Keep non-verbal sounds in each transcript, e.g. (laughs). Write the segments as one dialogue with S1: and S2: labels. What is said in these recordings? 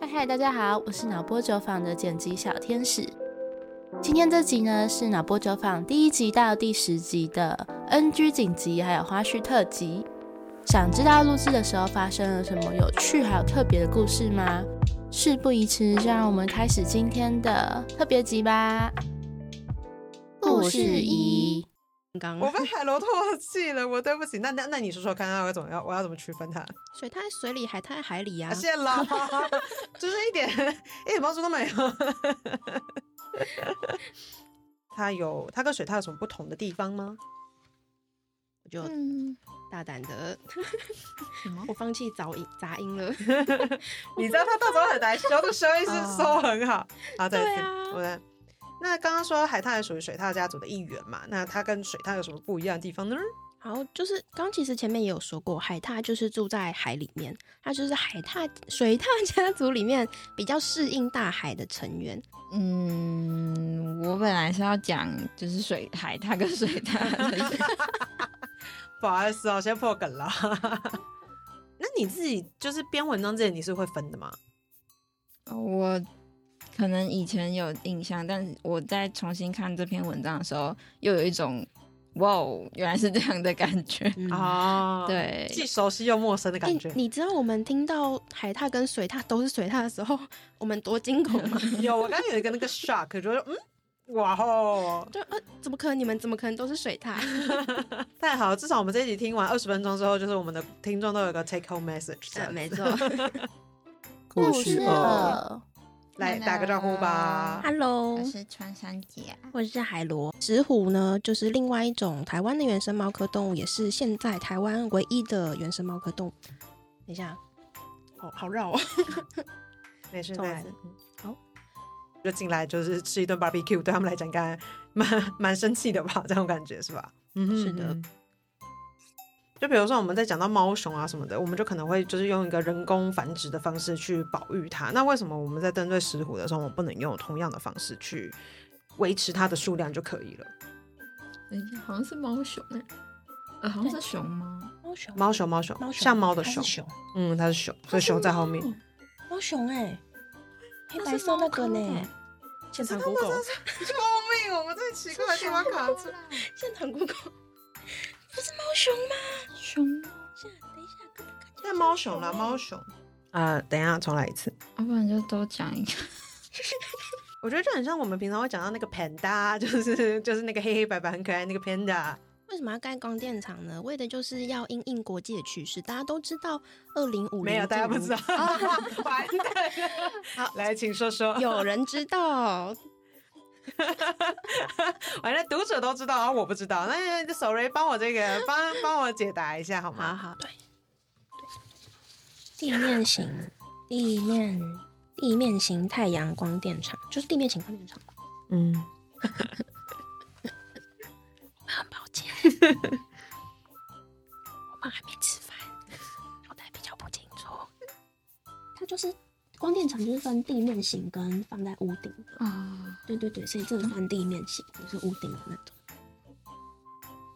S1: 嗨嗨，大家好，我是脑波酒坊的剪辑小天使。今天这集呢是脑波酒坊第一集到第十集的 NG 紧急，还有花絮特辑。想知道录制的时候发生了什么有趣还有特别的故事吗？事不宜迟，就让我们开始今天的特别集吧。故事一，
S2: 刚
S3: 我被海螺唾弃了，我对不起。那那那你说说看，那我怎么要我要怎么区分它？
S2: 水太水里，海太海里呀、
S3: 啊，谢啦， (laughs) 就是一点一点帮助都没有。 (laughs) 它有它跟水獭有什么不同的地方吗？
S2: 我就
S4: 嗯，
S2: 大胆的， (laughs) 我放弃噪音杂音了。 (laughs)
S3: 你知道它到时候很难修，这收音是收很好。好，再一
S2: 啊对
S3: 次
S2: 啊，
S3: 我来。那刚刚说海獭也属于水獭家族的一员嘛？那它跟水獭有什么不一样的地方呢？
S2: 好，就是刚其实前面也有说过，海獭就是住在海里面，它就是海獭水獭家族里面比较适应大海的成员。
S4: 嗯，我本来是要讲就是水海獭跟水獭的事， (laughs)
S3: 不好意思哦，先破梗了。 (laughs) 那你自己就是编文章之前你是会分的吗？
S4: 我可能以前有印象，但是我在重新看这篇文章的时候，又有一种哇哦，原来是这样的感觉。
S2: 嗯
S3: 哦，
S4: 对
S3: 既熟悉又陌生的感
S2: 哎
S3: 觉。
S2: 你知道我们听到海獭跟水獭都是水獭的时候，我们多惊恐 (laughs) 吗？
S3: (laughs) 有，我刚刚有一个那个 shock，就说嗯，哇哦吼，
S2: 就呃，怎么可能？你们怎么可能都是水獭？
S3: 太好了，至少我们这一集听完二十分钟之后，就是我们的听众都有个 take home message，这
S2: 呃
S3: 样子、
S2: 没 (laughs) 错。
S3: 故事二
S1: 二，
S3: 来打个招呼吧。
S2: Hello， (laughs)
S4: 我是穿山啊甲，
S2: 或者是海螺。石虎呢，就是另外一种台湾的原生猫科动物，也是现在台湾唯一的原生猫科动物。等一下，哦，好绕哦。
S3: 没 (laughs) 事，
S2: 重来
S3: 没事。
S2: 好，
S3: 就进来就是吃一顿 barbecue，对他们来讲应该蛮蛮生气的吧？这种感觉是吧？嗯哼
S2: 是的
S3: 嗯哼就比如说我们在讲到猫熊啊什么的，我们就可能会就是用一个人工繁殖的方式去保育它。那为什么我们在针对石虎的时候，我们不能用同样的方式去维持它的数量就可以了？
S4: 等一下哎好像是猫熊哎、呃，好像是熊猫，
S2: 猫熊，
S3: 猫熊，猫熊，
S2: 猫熊，
S3: 像猫的
S2: 它是
S3: 熊，
S2: 熊，
S3: 嗯，它是熊，所以熊在后面。
S2: 猫熊哎、黑
S4: 它
S2: 白
S4: 是
S2: 色那个
S4: 猫科
S2: 呢
S4: 的？
S2: 现
S3: (laughs)
S2: 场 Google，
S3: 救命！我们最奇怪的地方卡 (laughs) 住。
S2: 现场 Google，不是猫熊吗？
S4: 熊猫，
S2: 现在等一下，看看起来
S3: 那
S2: 像
S3: 猫熊啦，
S2: 欸
S3: 猫熊。啊，等一下，重来一次。
S4: 要不然就都讲一个。
S3: 我觉得就很像我们平常会讲到那个 panda，就是就是那个黑黑白白很可爱那个 panda。
S2: 为什么要盖光电厂呢？为的就是要因应国际的趋势。大家都知道，二零五零
S3: 没有，大家不知道， (laughs) 完蛋了。
S2: 好
S3: 来，请说说。
S2: 有人 (laughs) 知 (laughs) 道，
S3: 完了，读者都知道，然后我不知道。那 sorry，帮我这个，帮帮我解答一下好吗？
S2: 好，对，对，地面型，地面地面型太阳光电场，就是地面型光电场。
S3: 嗯，
S2: 很啊抱歉， (laughs) 我们还没吃饭，脑袋比较不清楚。 (laughs) 它就是光电场，就是分地面型跟放在屋顶的。
S4: 哦，
S2: 对对对，所以这个算地面型，不是屋顶的那种。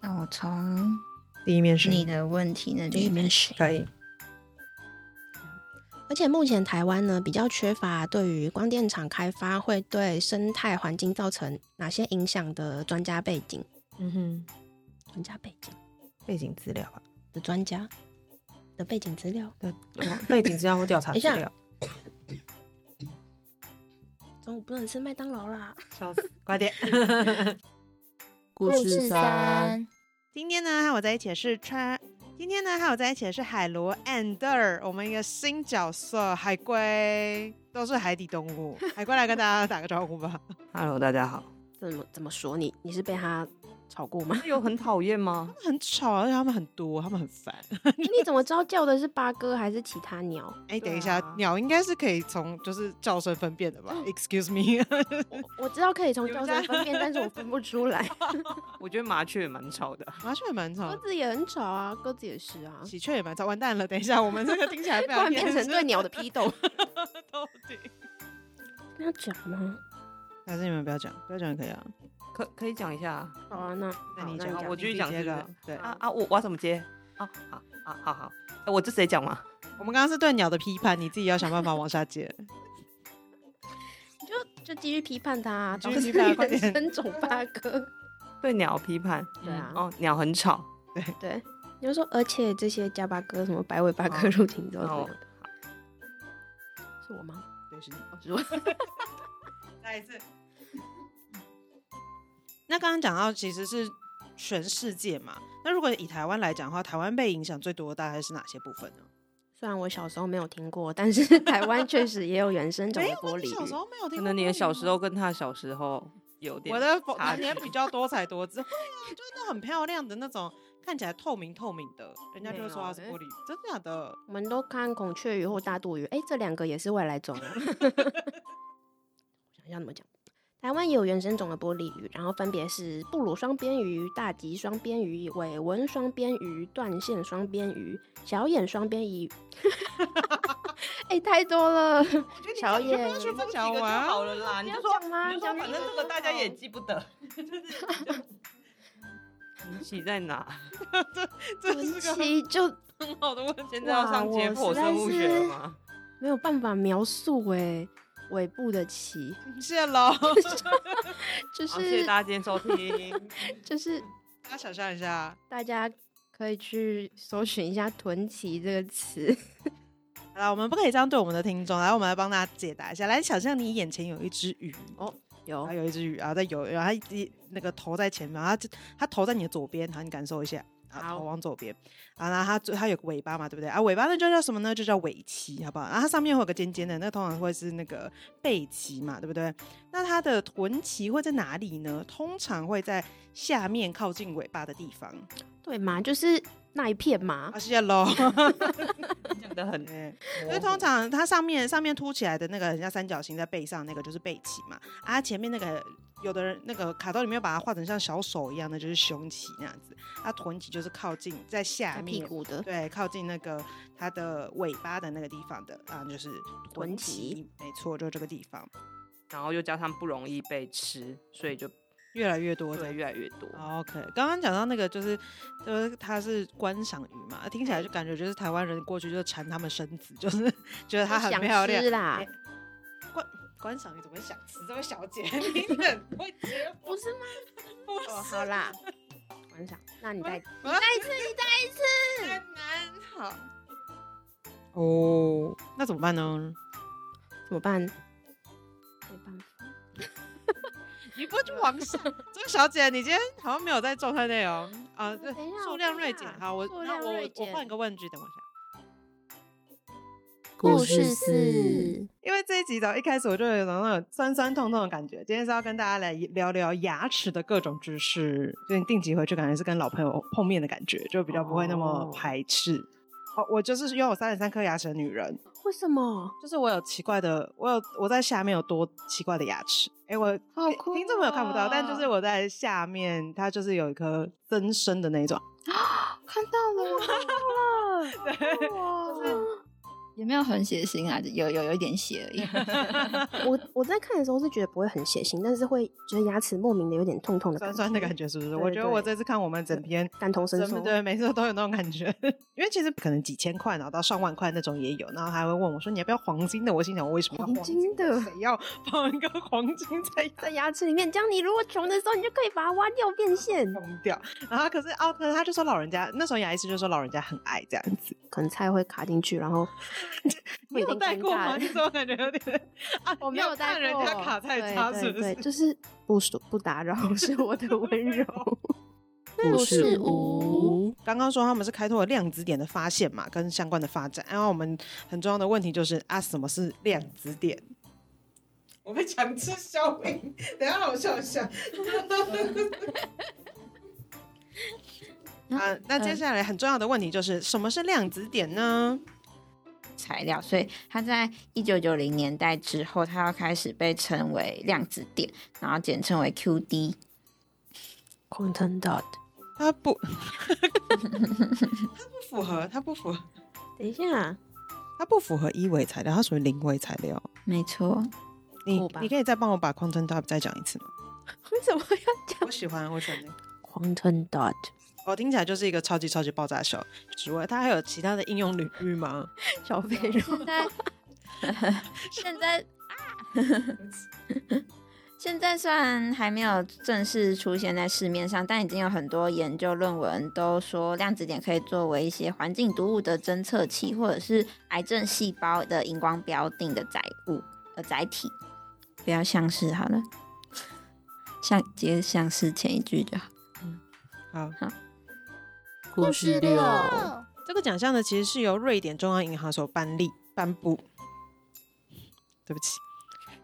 S4: 那我从
S3: 第一面是
S4: 你的问题那里
S2: 面型。
S3: 可以。
S2: 而且目前台湾呢比较缺乏对于光电厂开发会对生态环境造成哪些影响的专家背景，
S3: 嗯哼，
S2: 专家背景
S3: 背景资料吧。啊 (laughs)
S2: 的专家的背景资料。
S3: 对，我背景资料或调查
S2: 等
S3: 资
S2: 一下
S3: 料。
S2: 中午不能吃麦当劳啦。
S3: 笑死，快 (laughs) 点。
S1: 故事三，
S3: 今天呢，和我在一起的是川。今天呢，和我在一起的是海螺 and 我们一个新角色海龟，都是海底动物。海龟来跟大家打个招呼吧。
S5: Hello，大家好。
S2: 怎么怎么说你？你是被他吵过吗？
S5: 有很讨厌吗？
S3: (laughs) 很吵啊，而且它们很多，它们很烦。
S2: (laughs) 你怎么知道叫的是八哥还是其他鸟？
S3: 哎、等一
S5: 对啊
S3: 下，鸟应该是可以从就是叫声分辨的吧？Excuse me，
S2: 我知道可以从
S3: 叫声分
S2: 辨，但是我分不出来。
S5: 我觉得 (laughs) 麻雀也蛮吵的。
S3: 麻啊雀也蛮吵
S2: (laughs) 鸽，子也很吵啊，鸽子也是啊，
S3: 喜鹊也蛮吵。完蛋了，等一下，我们这个听起来非
S2: 突
S5: (laughs)
S3: 常
S2: 然变成对鸟的批 (laughs) 斗。
S3: 到底。
S2: 要讲吗？
S3: 还是你们不要讲，不要讲也可以啊。
S5: 可可以讲一下啊
S2: 好啊，那
S3: 那你
S2: 好
S3: 讲
S5: 我继续讲
S3: 这
S5: 是不
S3: 个
S5: 是，
S3: 对。
S5: 啊啊！我我要怎么接？哦，好，好，好，好，哎我这谁讲嘛？
S3: 我们刚刚是对鸟的批判，你自己要想办法往下接。
S2: 就就继续批判他、啊，
S3: 继
S2: 导
S3: 续批
S2: 致
S3: 判快
S2: 原 (laughs)
S3: 点
S2: 生种 bug。
S5: (laughs) 对鸟批判，
S2: 对
S3: 嗯
S2: 啊
S5: 哦，鸟很吵，
S2: 对，你就说，而且这些加巴哥、什么白尾巴哥入侵之后什么
S5: 哦
S2: 的，是我吗？
S3: 对，是你，是我。再一次。 (laughs) 那刚刚讲到其实是全世界嘛，那如果以台湾来讲的话，台湾被影响最多的大概是哪些部分呢？
S2: 虽然我小时候没有听过，但
S3: (laughs)
S2: 是台湾确实也有原生种的玻璃
S3: 小时
S2: 鱼。
S3: 候没有听过，
S5: 可能你的小时候跟他小时候有点
S3: 我的否
S5: 差
S3: 童年
S5: 距
S3: 比较多才 (laughs) 多姿，会啊，就是那种很漂亮的那种，看起来透明透明的，人家就会说它是
S2: 没
S3: 玻
S2: 有
S3: 璃鱼，真的假的？
S2: 我们都看孔雀鱼或大肚鱼，哎、这两个也是外来种啊。 (laughs) 我想一下怎么讲。台湾也有原生种的玻璃鱼，然后分别是布鲁双边鱼、大吉双边鱼、尾纹双边鱼、断线双边鱼、小眼双边
S3: (laughs)
S2: 鱼。 (laughs) 哎、太多了，小
S3: 你就
S2: 眼
S3: 不要去分
S5: 讲
S3: 几个就
S5: 完
S3: 好了啦，你
S2: 不
S3: 就
S2: 要
S3: 说
S2: 讲啦
S3: 你就
S2: 讲
S3: 说
S2: 一
S3: 反
S2: 个
S3: 正这
S2: 就
S3: 个大家
S2: 好
S3: 也记不 (laughs) 得， (laughs)
S5: 你起在哪？
S3: 这
S2: 文
S3: 是个
S2: 琪就
S3: 很好的问题。
S5: 哦现在要
S2: 哇
S5: 上解
S2: 我
S5: 剖
S2: 实在
S5: 生物学了
S2: 是
S5: 吗？
S2: 没有办法描述哎、尾部的鳍，
S3: (laughs) 谢
S2: (laughs)
S3: 喽，
S2: 就
S5: 好，谢谢
S2: 是
S5: 大家今天收听。
S2: 就是
S3: (laughs) 大家想象一下，
S2: 大家可以去搜寻一下“臀鳍”这个词。
S3: 好啦，我们不可以这样对我们的听众，来，我们来帮大家解答一下。来，想象你眼前有一只鱼，
S2: 有
S3: 然后有一只鱼，然后在游，然后它一直那个头在前面，然后它就它头在你的左边，然后你感受一下，然后
S2: 好
S3: 头往左边，然后它最它有个尾巴嘛，对不对？啊，尾巴那就叫什么呢？就叫尾鳍，好不好？然后它上面会有个尖尖的，那通常会是那个背鳍嘛，对不对？那它的臀鳍会在哪里呢？通常会在下面靠近尾巴的地方。
S2: 对嘛？就是那一片嘛
S3: 啊，。谢喽。
S5: (laughs) 讲的很
S3: 对因为通常它上面上面凸起来的那个很像三角形在背上那个就是背鳍嘛，啊前面那个有的人那个卡通里面把它画成像小手一样的就是胸鳍那样子，啊臀鳍就是靠近在下
S2: 在
S3: 面
S2: 屁股的，
S3: 对，靠近那个它的尾巴的那个地方的啊就是
S2: 臀
S3: 臀鳍
S2: 鳍，
S3: 没错，就这个地方
S5: 然后又加上不容易被吃，所以就
S3: 越来越多
S5: 会
S3: 的。
S5: 越来越多。
S3: OK，刚刚讲到那个就是，就是它是观赏鱼嘛，听起来就感觉就是台湾人过去就馋他们身子，就是 (laughs) 觉得它很
S2: 想
S3: 漂亮
S2: 吃，啦
S3: 哎，观赏鱼怎么想吃？这位小
S5: (laughs)
S3: 姐，你很会接话，
S2: 不是吗？
S3: 不是
S2: 哦，好
S3: (laughs)
S2: 啦，观赏。那你再
S3: 我要
S2: 再一次，你再一次。
S3: 太难好。哦，那怎么办呢？
S2: 怎么办？没办法，
S3: 你不就往上？这位小姐，你今天好像没有在状态内容啊。对
S2: 嗯等一下，
S3: 数
S2: 我
S3: 量
S2: 看
S3: 锐
S2: 一
S3: 减
S2: 下。
S3: 好，我
S2: 数
S3: 那
S2: 量
S3: 我
S2: 锐
S3: 我
S2: 减
S3: 换一个问句，等我一下。
S1: 故事四，
S3: 因为这一集早一开始我就有那种酸酸痛痛的感觉。今天是要跟大家来聊聊牙齿的各种知识，所以你定期回去感觉是跟老朋友碰面的感觉，就比较不会那么
S5: 哦
S3: 排斥。哦，我就是拥有三十三颗牙齿的女人，
S2: 为什么？
S3: 就是我有奇怪的，我有我在下面有多奇怪的牙齿。哎，我
S4: 好
S3: 听
S4: 酷
S3: 听众朋友看不到，但就是
S4: 哦
S3: 我在下面，它就是有一颗增生的那种。
S4: 看到了，
S3: 对，
S4: 也没有很血腥啊，有有有一点血而已。
S2: 我我在看的时候是觉得不会很血腥，但是会觉得牙齿莫名的有点痛痛的
S3: 酸酸的感
S2: 觉，
S3: 觉是不是？
S2: 对
S3: 我觉得我
S2: 对
S3: 这次看我们整篇
S2: 感同身
S3: 真
S2: 受
S3: 的。对，每次都有那种感觉， (laughs) 因为其实可能几千块，然后到上万块那种也有，然后还会问我说你要不要黄金的？我心想我为什么要
S2: 黄
S3: 金
S2: 金的
S3: (laughs) 谁要放一个黄金在
S2: 在牙齿里面，这样你如果穷的时候，你就可以把它挖掉变现。
S3: 弄掉？然后可是哦，可是他就说老人家那时候牙医师就说老人家很爱这样子，
S2: 可能菜会卡进去，然 (laughs) 后
S3: 你有带过吗？
S2: 不
S3: 你
S2: 一定尴尬
S3: 怎么感觉有点啊？
S2: (laughs) 我
S3: 你
S2: 没
S3: 有
S2: 有带
S3: 看
S2: 过，
S3: 人家卡菜
S2: 对
S3: 渣
S2: 对
S3: 是不
S2: 对
S3: 是？
S2: 就是不说不打扰是我的温
S3: (laughs)
S2: 柔。
S1: 故
S2: 事
S1: 事五，
S3: 刚刚说他们是开拓了量子点的发现嘛，跟相关的发展。然后我们很重要的问题就是啊，什么是量子点？ (laughs) 我被强制消音，等一下让我笑
S2: (laughs)
S3: 一下。啊，那接下来很重要的问题就是什么是量子点呢？
S4: 材料，所以它在一九九零年代之后，它要开始被称为量子点，然后简称为 QD。
S2: Quantum dot，(laughs)
S3: 它不，它不符合，它不符合，
S2: 等一下，啊
S3: 它不符合一维材料，它属于零维材料。
S4: 没错，
S3: 你
S2: 酷吧
S3: 你可以再帮我把 quantum dot 再讲一次吗？
S2: (laughs)
S3: (laughs)
S2: 为什么要讲
S3: 我喜欢，我选那个。
S2: Quantum dot？
S3: 我听起来就是一个超级超级爆炸秀之外，它还有其他的应用领域吗？
S2: 小肥肉，
S4: 现
S2: (laughs)
S4: 在现在啊，现在虽然还没有正式出现在市面上，但已经有很多研究论文都说量子点可以作为一些环境毒物的侦测器，或者是癌症细胞的荧光标定的载物呃载体，不要像是好了，像接像是前一句就好。
S3: 好，
S1: 故事六，
S3: 这个奖项呢，其实是由瑞典中央银行所颁立颁布。对不起，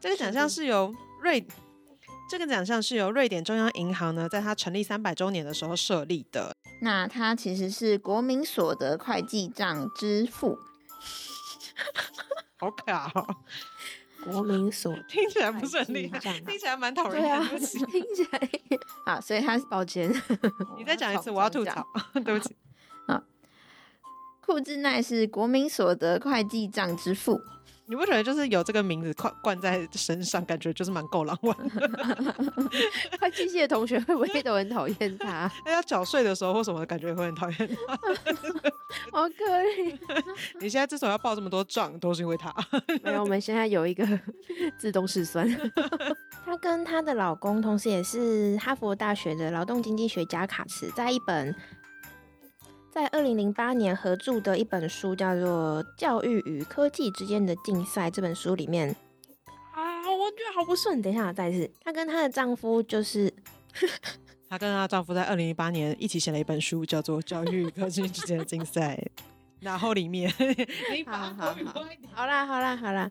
S3: 这个奖项是由瑞这个奖项是由瑞典中央银行呢，在它成立三百周年的时候设立的。
S4: 那它其实是国民所得会计账之父，
S3: 好卡、哦，
S2: 国民所
S3: 听起来不是很厉害，
S2: 会计账啊
S3: 听起来蛮讨人
S2: 对
S3: 厌
S2: 啊，
S3: 的。对不
S4: (laughs)
S3: 起，
S2: 听起来
S4: 好，所以它
S2: 抱歉，
S3: (laughs) 你再讲一次，我要吐
S4: 讲
S3: 槽。对不起，
S4: 库兹奈是国民所得会计账之父，
S3: 你不觉得就是有这个名字冠冠在身上，感觉就是蛮够狼玩的？ (laughs)
S2: 会计系的同学会不会都很讨厌他？
S3: 大家缴税的时候或什么的，感觉也会很讨厌 (laughs) 他。
S2: (laughs) 好可怜。
S3: 你现在之所以要报这么多账，都是因为他。
S2: 没有，我们现在有一个 (laughs) 自动试算。 (laughs) 她跟她的老公，同时也是哈佛大学的劳动经济学家卡茨，在一本在二零零八年合著的一本书叫做《教育与科技之间的竞赛》这本书里面，啊，我觉得好不顺。等一下，再一次，她跟她的丈夫就是
S3: 她跟她丈夫在二零一八年一起写了一本书，叫做《教育与科技之间的竞赛》，然后里面你把
S2: (laughs) 好好
S3: 口语
S2: 好
S3: 快一点
S2: 好啦，好啦，好啦。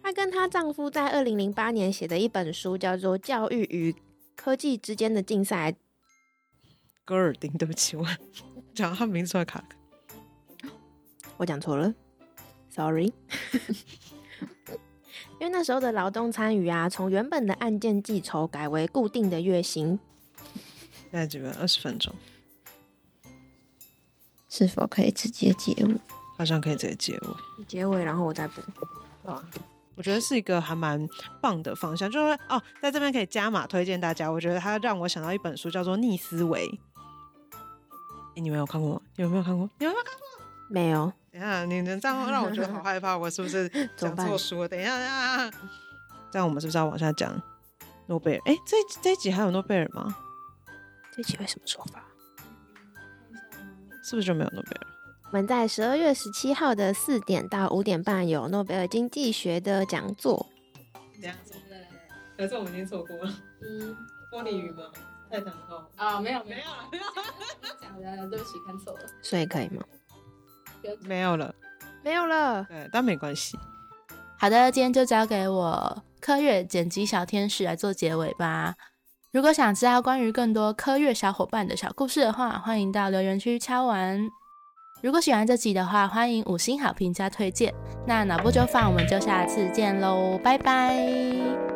S2: 她跟她丈夫在二零零八年写的一本书叫做《教育与科技之间的竞赛》，
S3: 戈尔丁，对不起，我讲他名字突然卡了。
S2: 我讲错了，sorry。因为那时候的劳动参与啊，从原本的按件计酬改为固定的月薪。
S3: 现在只有二十分钟，
S4: 是否可以直接
S3: (laughs)
S4: 结尾？
S3: 好像可以直接结尾。
S2: 结尾，然后我再补。
S3: 我觉得是一个还蛮棒的方向，就是哦，在这边可以加码推荐大家。我觉得它让我想到一本书，叫做《逆思维》。诶你们有看过吗？有没有看过？有没有看过？
S2: 没有，
S3: 等一下，你能这样让我觉得好害怕，我是
S2: (laughs)
S3: 不是
S2: 怎么
S3: 讲
S2: 办
S3: 错书了？等一下，等一下，等一下这样我们是不是要往下讲诺贝尔？
S2: 嗯
S3: 哎，这一集这一集还有诺贝尔吗？
S2: 这期为什么说法？
S3: 是不是就没有诺贝尔？
S2: 我们在十二月十七号的四点到五点半有诺贝尔经济学的讲座。
S3: 这样子，可是我们已经错过了。
S6: 嗯，
S3: (laughs) 玻璃鱼吗？太唐后。
S2: 嗯
S6: 啊，没有没有，讲的对不起，看错了。
S2: 所以可以吗？
S3: 没有了，
S2: 没有了。
S3: 对，但没关系。
S1: 好的，今天就交给我科月剪辑小天使来做结尾吧。如果想知道关于更多科月小伙伴的小故事的话，欢迎到留言区敲完。如果喜欢这集的话，欢迎五星好评加推荐。那脑波酒坊，我们就下次见喽，拜拜。